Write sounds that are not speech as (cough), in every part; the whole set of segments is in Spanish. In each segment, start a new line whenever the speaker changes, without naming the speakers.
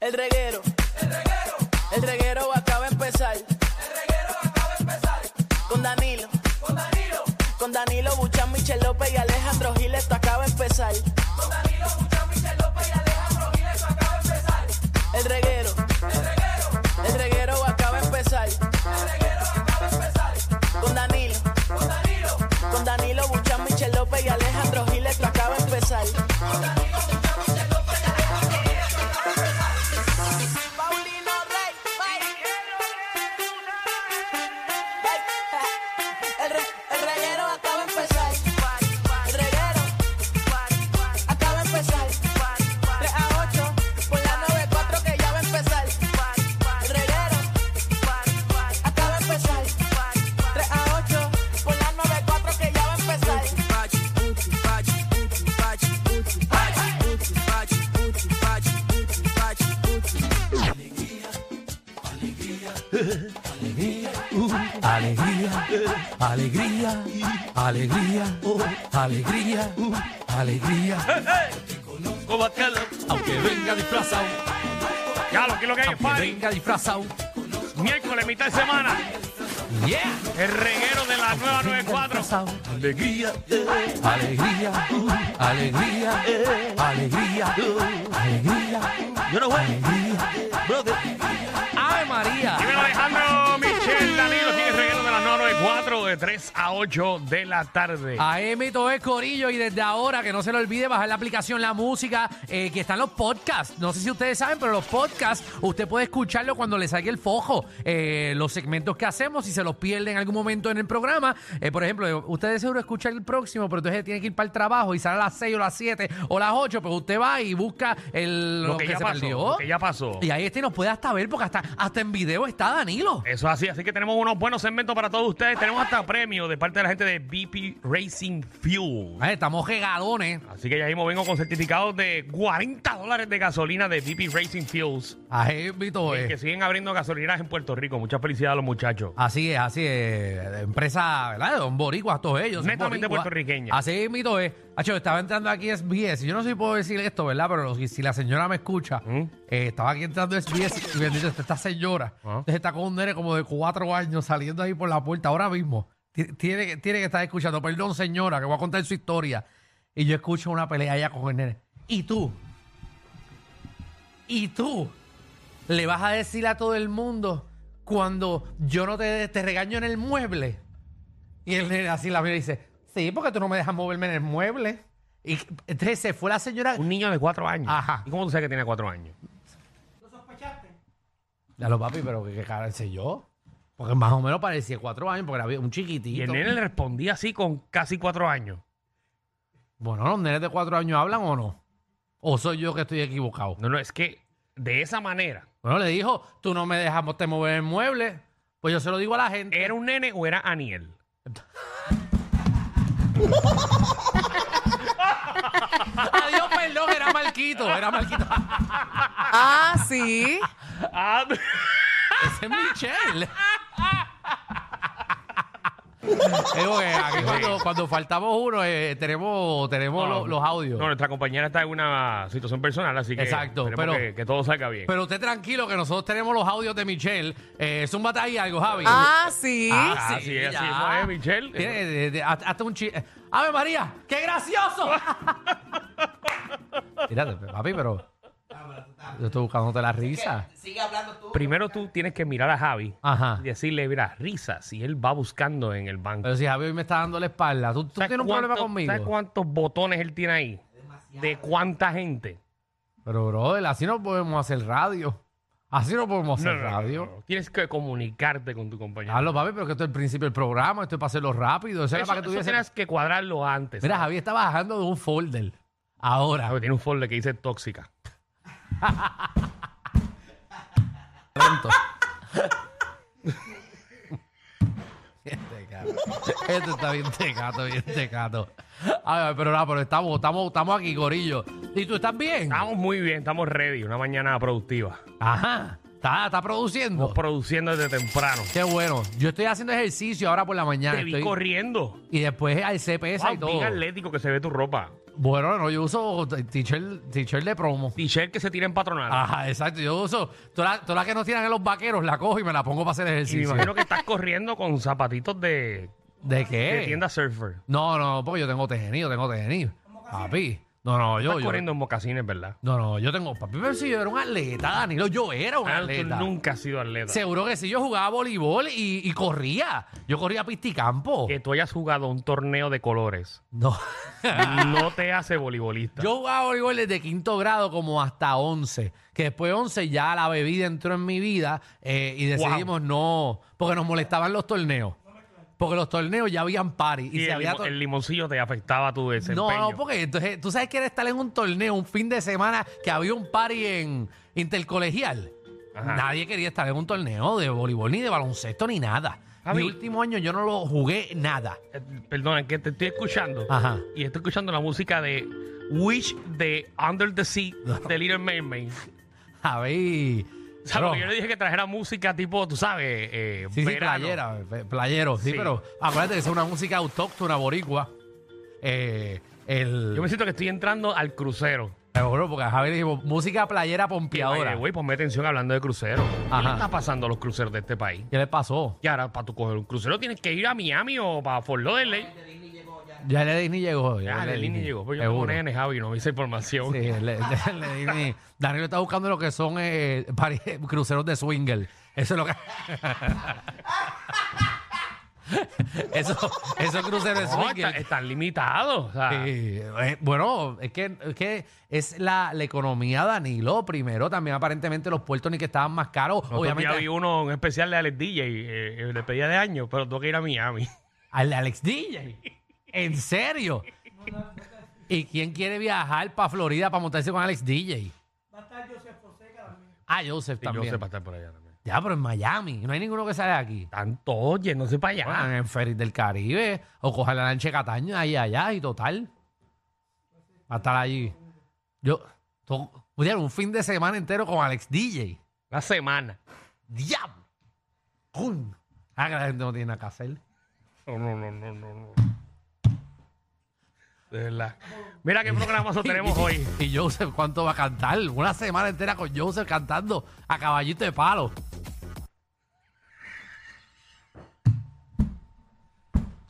El reguero. El reguero. El reguero acaba de empezar. El reguero acaba de empezar. Con Danilo. Con Danilo. Con Danilo Buchan, Michel López y Alejandro Gil, esto acaba de empezar. Con Danilo Buchan, Michel López y Alejandro Gil, esto acaba de empezar. El reguero. El reguero. El reguero acaba de empezar. El reguero acaba de empezar. Con Danilo. Con Danilo. Con Danilo Buchan, Michel López y Alejandro Gil, esto acaba de empezar. Paulino Rey, El, re- el reguero acaba de empezar. El reguero acaba de empezar. 3 a 8 por la 94 que ya va a empezar. El reguero acaba de empezar. 3 a 8 por la 94 que ya va a empezar.
Alegría, alegría, alegría, alegría, alegría.
Cobatelo.
Aunque venga disfrazado,
Ya, lo que lo que hay es
aunque
party.
venga disfrazado.
Miércoles, mitad de semana.
Yeah.
El reguero de la nueva 94.
Disfrazado. Alegría, alegría, alegría, alegría, alegría. Yo no voy. Ave María.
Dímelo, Alejandro Michel Danilo. Aquí en el reguero de la nueva 94. De 3 a 8 de la tarde.
AM y todo es Corillo y desde ahora que no se le olvide bajar la aplicación La Música, eh, que están los podcasts. No sé si ustedes saben, pero los podcasts usted puede escucharlo cuando le salga el fojo. Eh, los segmentos que hacemos, si se los pierde en algún momento en el programa. Eh, por ejemplo, eh, usted de seguro escucha el próximo, pero entonces tiene que ir para el trabajo y sale a las 6 o las 7 o las 8, pues usted va y busca el,
Lo que ya
se
pasó,
perdió.
lo que ya pasó.
Y ahí este nos puede hasta ver, porque hasta, hasta en video está Danilo.
Eso es así, así que tenemos unos buenos segmentos para todos ustedes. Tenemos hasta premios de parte de la gente de BP Racing Fuel.
Ay, Eh, estamos regalones.
Así que ya mismo vengo con certificados de 40 dólares de gasolina de BP Racing Fuels.
AM y todo es.
Que siguen abriendo gasolineras en Puerto Rico. Mucha felicidad a los muchachos.
Así es, así es. Empresa, ¿verdad? Son boricuas todos ellos. son
Netamente
boricuas.
puertorriqueña.
Así mito es. Hacho, estaba entrando aquí SBS. Yo no sé si puedo decir esto, ¿verdad? Pero lo- si la señora me escucha, eh, estaba aquí entrando SBS y bendito está esta señora.
Ah.
Entonces está con un nene como de cuatro años saliendo ahí por la puerta ahora mismo. Ti- Tiene, que- tiene que estar escuchando. Perdón, señora, que voy a contar su historia. Y yo escucho una pelea allá con el nene. ¿Y tú? ¿Y tú? le vas a decir a todo el mundo cuando yo no te, te regaño en el mueble? Y él le- así la mira y dice, sí, porque tú no me dejas moverme en el mueble. Y entonces se fue la señora.
Un niño de 4 años.
Ajá.
¿Y cómo tú sabes que tiene 4 años?
Ya lo papi, pero qué cara sé yo. Porque más o menos parecía cuatro años, porque era un
Y el
chiquitito.
nene le respondía así con casi cuatro años.
Bueno, ¿los nenes de cuatro años hablan o no? ¿O soy yo que estoy equivocado?
No, no, es que de esa manera.
Bueno, le dijo, tú no me dejas te mover en el mueble. Pues yo se lo digo a la gente.
¿Era un nene o era Aniel?
(laughs) Adiós, perdón, era Marquito, era Marquito.
Ah, sí.
Ah,
Ese Este es
(laughs)
Michelle. Es como que Eh, aquí cuando, cuando faltamos uno, eh, tenemos, tenemos
No,
los, los audios.
no, nuestra compañera está en una situación personal, así que.
Exacto,
esperemos
pero-
Que, que todo salga bien.
Pero usted tranquilo que nosotros tenemos los audios de Michelle. Eh, zúmbate ahí algo, Javi.
Ah, sí.
Ah,
así es, así
ya.
mismo es, Michelle. Eh,
Tiene, de- de- hasta hasta un chiste. ¡Ave María! ¡Qué
(laughs)
gracioso! Mírate, papi, pero. Yo estoy buscándote la risa.
Primero tú tienes que mirar a Javi
Ajá.
y decirle, mira, risas. Y él va buscando en el banco.
Pero si Javi hoy me está dando la espalda, tú, tú
¿Sabes
tienes un
cuánto-
problema
¿Sabes
conmigo.
cuántos botones él tiene ahí? ¿De cuánta gente?
Pero, brother, así no podemos hacer radio. Así no podemos hacer radio.
no, no. Tienes que comunicarte con tu compañero.
Hablo, papi, pero que esto es el principio del programa, esto es para hacerlo rápido. Eso, era
Eso,
para que
eso
tuviese.
tienes que cuadrarlo antes.
Mira, Javi está bajando de un folder. Ahora.
Ah, pero tiene un folder que dice tóxica.
Pronto. Este cabrón. Este está bien tecato, bien tecato. A ver, pero nada, pero estamos, estamos, estamos aquí, gorillo. ¿Y tú estás bien?
Estamos muy bien, estamos ready. Una mañana productiva.
Ajá. Está, está produciendo.
Estamos produciendo desde temprano.
Qué bueno. Yo estoy haciendo ejercicio ahora por la mañana.
Te vi
estoy-
corriendo.
Y después al CPS
Wow,
y
bien
todo.
atlético que se ve tu ropa.
Bueno, no, yo uso t- t-shirt t-shirt de promo.
T-shirt que se tira en patronal.
Ajá, exacto. Yo uso todas las todas las que nos tiran en los vaqueros, la cojo y me la pongo para hacer
y me
ejercicio.
imagino que estás corriendo con zapatitos de,
¿De qué?
de tienda surfer.
No, no, porque yo tengo tenis, yo tengo tenis. Papi. No, no, yo.
Estás
yo
corriendo en mocasines, ¿verdad?
no, no, yo tengo. Papi, pero si yo era un atleta, Danilo, yo era un
Ah, tú
atleta.
nunca has sido atleta.
Seguro que sí, yo jugaba voleibol y, y corría. Yo corría a pista y campo.
Que tú hayas jugado un torneo de colores (laughs)
No.
no te hace voleibolista.
Ah. Yo jugaba voleibol desde quinto grado como hasta 11, que después de 11 ya la bebida entró en mi vida eh, y decidimos no, porque nos molestaban los torneos, porque los torneos ya habían party y,
y
se
el,
había...
limo-
to-
el limoncillo te afectaba tu desempeño.
no, no, porque entonces tú sabes que era estar en un torneo un fin de semana que había un party en intercolegial.
Ajá.
Nadie quería estar en un torneo de voleibol, ni de baloncesto, ni nada.
Javi.
Mi último año yo no lo jugué nada.
Eh, Perdona, que te estoy escuchando.
Ajá.
Y estoy escuchando la música de Wish de Under the Sea de Little Mermaid.
A ver.
O sea,
bro.
porque yo le dije que trajera música tipo, tú sabes, eh,
Sí, sí,
verano.
playera, eh, playero, sí,
Sí.
pero acuérdate que es una música autóctona boricua. Eh, el,
Yo me siento que estoy entrando al crucero.
Seguro, porque a Javier le dijimos música playera
Oye,
pompeadora.
güey, ponme atención hablando de crucero. ¿Qué
Ajá.
le está pasando a los cruceros de este país?
¿Qué le pasó?
Y ahora, para tu coger un crucero, tienes que ir a Miami o para Fort Lauderdale.
Ya el de Disney llegó. Ya
Ah,
el de
el Disney llegó. Pues yo tengo
seguro.
nenes, Javi, no me hice información.
Sí, el de- (laughs) el de Disney. Danilo está buscando lo que son eh, pari- (laughs) cruceros de swinger. Eso es lo que. (laughs) eso, esos cruceros de
No, está-
swinger.
están limitados. o sea,
Sí, eh, bueno, es que, es que es la, la economía Danilo primero. También aparentemente los puertos ni que estaban más caros.
Obviamente.
obviamente,
vi uno un especial de Alex DJ, eh, eh, le pedía de año, pero tengo que ir a Miami.
al Alex DJ. ¿En serio? ¿Y quién quiere viajar para Florida para montarse con Alex DJ? Va a estar Joseph Fonseca también. Ah, Joseph
Y yo
también.
sé para estar por allá también.
ya, pero en Miami. No hay ninguno que sale de aquí.
Tanto, oye, no sé para allá.
Bueno, en Ferris del Caribe o coja la lancha de Cataño ahí allá y total. Va a estar allí. Yo, to- oye, un fin de semana entero con Alex DJ.
Una semana.
¡Diablo! ¡Cum! Ah, que la gente no tiene nada que hacer.
No, no, no, no, no. no. De verdad. Mira qué programazo (laughs) tenemos hoy.
(laughs) Y Joseph, ¿cuánto va a cantar? Una semana entera con Joseph cantando a caballito de palo. (laughs)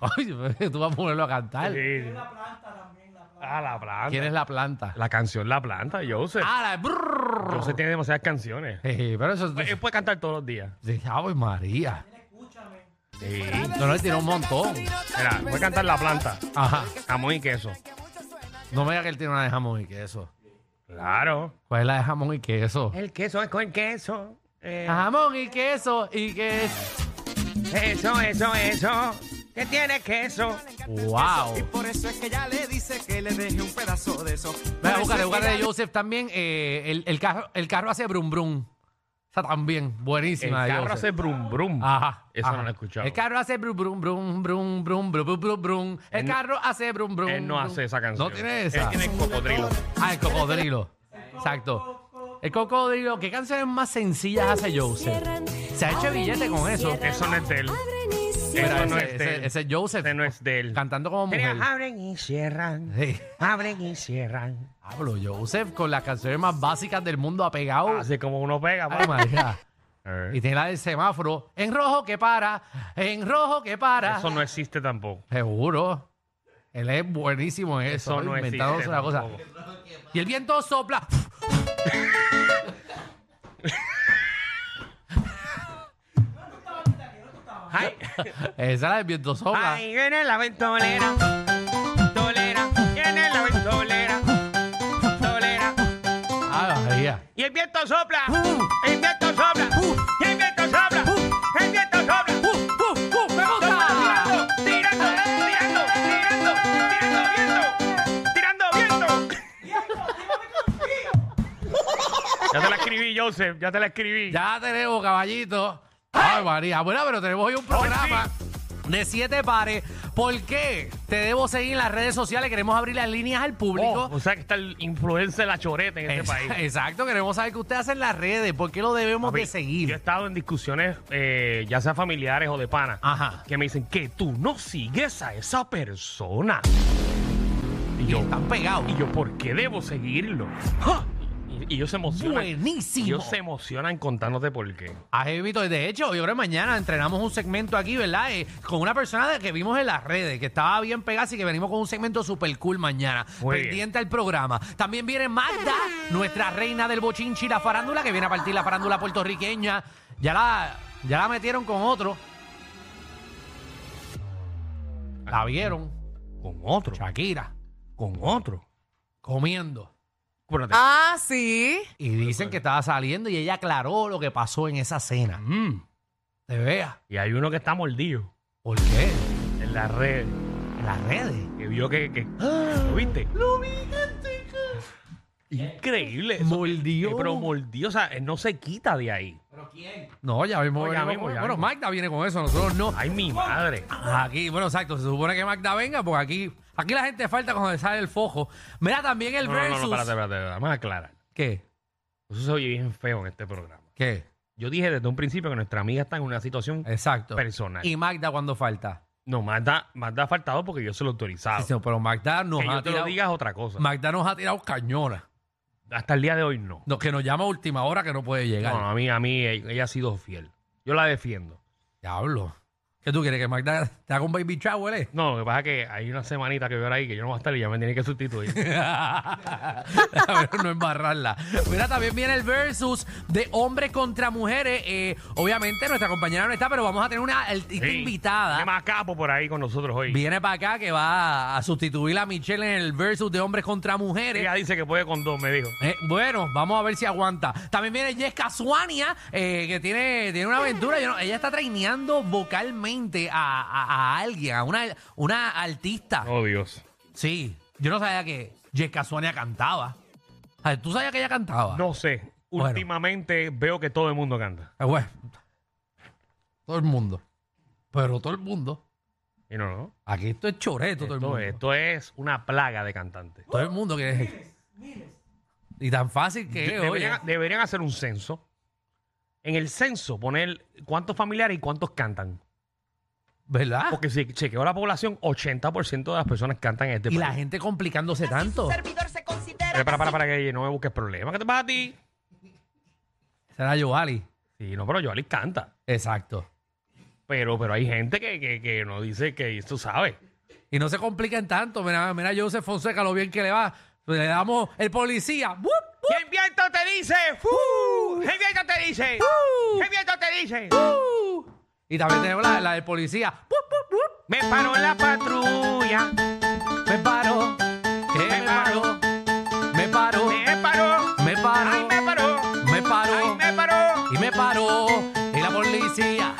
Ay, tú vas a ponerlo a cantar.
la planta también. Ah, la planta.
¿Quién es la planta?
La canción La Planta, Joseph.
Ah, la... brrrr.
Joseph tiene demasiadas canciones.
Eh, pero eso...
Él puede cantar todos los días.
De Ave María.
Sí.
No, no, tiene un montón.
Mira, voy a cantar La Planta.
Ajá.
Jamón y queso.
No me digas que él tiene una de jamón y queso.
Claro.
¿Cuál es la de jamón y queso?
El queso es con queso. Eh,
Jamón y queso y queso.
Eso, eso, eso. ¿Qué tiene queso?
¡Wow!
Por eso es que ya le dice que le deje un pedazo de eso.
Pues,
Mira,
eh,
búscate, búscate de Joseph también. eh, el, el carro, el carro hace brum brum. Esa también,
El
buenísima. de
carro
Joseph.
hace brum brum.
Ajá.
Eso
ajá.
no lo he escuchado.
El carro hace brum brum brum brum brum brum brum brum brum. El
Él no-
carro hace brum brum.
Él no
brum.
hace esa canción.
No tiene esa.
Él tiene el cocodrilo.
Ah, el cocodrilo. Exacto. El cocodrilo. ¿Qué canciones más sencillas hace Joseph? Se ha hecho billete con eso.
Eso no es de él.
Mira,
Eso no
ese,
es de
ese-
él.
ese es Joseph.
Ese no es de él.
Cantando como mujer.
Abren y cierran.
Sí.
Abren y cierran.
Hablo Joseph con las canciones más básicas del mundo ha pegado.
Así como uno pega.
Oh. Ay,
pa.
María.
Eh.
Y tiene la del semáforo. En rojo que para. En rojo que para.
Eso no existe tampoco.
Seguro. Él es buenísimo en eso.
Eso no existe.
inventándose una cosa.
tampoco.
Y el viento sopla. (laughs)
Ay,
Esa era el viento sopla.
ay, viene la ventolera. Tolera. Viene la ventolera. Tolera.
Ah, María.
Y el viento sopla.
Uh.
El viento sopla. Y el viento sopla. El viento sopla.
¡Uh, uh, uh! ¡Me gusta!
Tirando, tirando, tirando, tirando, tirando viento, tirando viento. Ya te la escribí, Joseph, ya te la escribí.
Ya tenemos, caballito. Ay, María. Bueno, pero tenemos hoy un programa de siete pares. ¿Por qué? Te debo seguir en las redes sociales. Queremos abrir las líneas al público.
Oh, o sea que está el influencer de la choreta en este
Ex-
país.
(laughs) Exacto, queremos saber qué usted hace en las redes, por qué lo debemos
Papi,
de
Yo he
seguir.
estado en discusiones, eh, ya sea familiares o de pana,
Ajá.
que me dicen que tú no sigues a esa persona. Y Y yo,
Están pegados.
y yo, ¿por qué debo seguirlo? ¡Ja! Y, y ellos se emocionan.
Buenísimo.
Ellos se emocionan contándote por qué.
Ah, Jevito, de hecho, yo creo que mañana entrenamos un segmento aquí, ¿verdad? Eh, con una persona de- que vimos en las redes, que estaba bien pegada, así que venimos con un segmento super cool mañana.
Muy bien.
pendiente al programa. También viene Magda, nuestra reina del bochinchi y la farándula, que viene a partir la farándula puertorriqueña. Ya la, ya la metieron con otro. La vieron,
Con otro.
Shakira,
Con otro.
comiendo.
Espérate.
Ah, sí.
Y dicen que estaba saliendo y ella aclaró lo que pasó en esa cena.
Mm.
Te vea.
Y hay uno que está mordido
¿Por qué?
en la red.
En las redes.
Que vio que. que-
Ah.
¿Lo viste? Increíble. eso.
Mordió.
Eh, Pero mordió. O sea, él no se quita de ahí.
No, ya mismo.
No, ya
venimos
mismo,
con-
ya
bueno,
mismo.
Magda viene con eso, nosotros no.
Ay, mi madre.
Ah, Aquí, bueno, exacto. Se supone que Magda venga, porque aquí, aquí la gente falta cuando le sale el fojo. Mira también el
No, no, no,
versus.
no, espérate, espérate, espérate. Vamos a aclarar.
¿Qué?
Eso se oye bien feo en este programa.
¿Qué?
Yo dije desde un principio que nuestra amiga está en una
Eh.
situación.
Exacto.
Personal.
Y Magda cuando falta.
No, más da, más da faltado porque yo se lo autorizaba.
Sí, sí, pero Magda nos
Ah. que
ha
yo te lo
tirado.
diga es otra cosa.
Magda nos ha tirado cañonas.
Hasta el día de hoy no.
No, que nos llama a última hora que no puede
No,
llegar.
no, a mí, a mí ella ella ha sido fiel. Yo la defiendo.
Diablo. ¿Qué tú quieres? ¿Que Magda te haga un baby shower, eh?
No, lo que pasa es que hay una semanita que voy ahí que yo no voy a estar y ya me tiene
(laughs)
que sustituir.
A ver, no embarrarla. Mira, también viene el versus de hombres contra mujeres. Eh, obviamente nuestra compañera no está, pero vamos a tener una artista
Sí. Qué
invitada.
más capo por ahí con nosotros hoy.
Viene para acá que va a sustituir a Michelle en el versus de hombres contra mujeres.
Ella dice que puede con dos, me dijo.
Eh, bueno, vamos a ver si aguanta. También viene Jessica Suania, eh, que tiene, tiene una aventura. Yo no- ella está traineando vocalmente a, a- a alguien, a una, una artista.
Oh, Dios.
Sí, yo no sabía que Jessica Suania cantaba. Ay, ¿Tú sabías que ella cantaba?
No sé.
Bueno.
Últimamente veo que todo el mundo canta.
Eh, bueno, todo el mundo. Pero todo el mundo.
Y no, no.
Aquí esto es choreto, todo el
Esto,
mundo.
esto es una plaga de cantantes.
Todo el mundo quiere. Y tan fácil que es, oye.
Deberían, deberían hacer un censo. En el censo poner cuántos familiares y cuántos cantan.
¿Verdad?
Porque si chequeo la población, 80% de las personas cantan en este
y
país.
la gente complicándose tanto.
servidor se considera
Pero Eh, para, para, para que no me busques problemas. ¿Qué te pasa a ti?
Será Yoali.
Sí, no, pero Joali canta.
Exacto.
Pero, pero hay gente que, que, que no dice que esto sabe.
Y no se compliquen tanto. Mira, mira a Joseph Fonseca lo bien que le va. Le damos el policía. ¡Wup, wup!
¿Quién viento te dice? ¿Quién viento te dice? ¿Quién viento te dice?
¡Uh! Y también tenemos la, la del policía. ¡Wup, wup, wup!
Me paró la patrulla,
Me paro. que
Me
me paro. Me paro.
me paró,
Me paro.
ay me paró,
Me paro.
ay me paró.
Y me paró. Y la policía.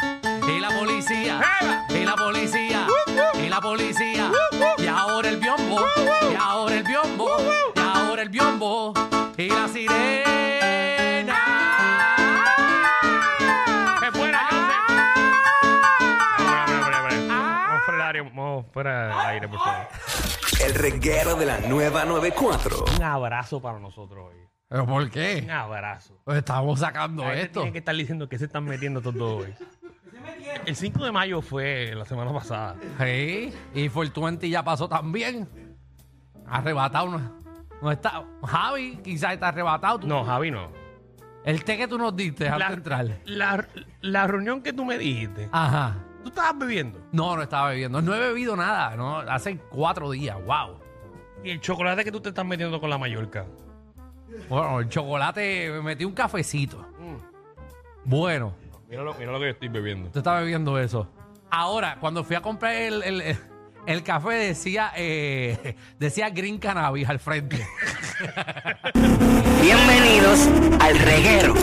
Y la policía.
¡Eva!
Y la policía. Y la policía. Y ahora el biombo. Y ahora el biombo. Y ahora el biombo. Y la
Ah.
sirena.
¡Me fuera, yo Vamos fuera del aire, vamos fuera del aire, por favor.
El reguero de la nueva 94.
Un abrazo para nosotros hoy.
¿Pero por
Un
qué? Pues
abrazo.
Estamos sacando
La gente
esto.
Tiene que estar diciendo que se están metiendo estos dos hoy. El 5 de mayo fue la semana pasada.
Sí, y Fortuenti ya pasó también. Arrebatado. No, no está. Javi quizás está arrebatado. Tú-
No, Javi, no.
El té que tú nos diste antes de entrar.
la- la reunión que tú me dijiste,
Ajá.
tú estabas bebiendo.
No, no estaba bebiendo. No he bebido nada. No, hace cuatro días. Wow.
Y el chocolate que tú te estás metiendo con la Mallorca.
Bueno, el chocolate, me metí un cafecito. Bueno,
Mira lo, mira lo que yo estoy bebiendo.
tú estás bebiendo eso. Ahora, cuando fui a comprar el, el- el café, decía, eh, (laughs) decía Green Cannabis al frente.
Bienvenidos al reguero.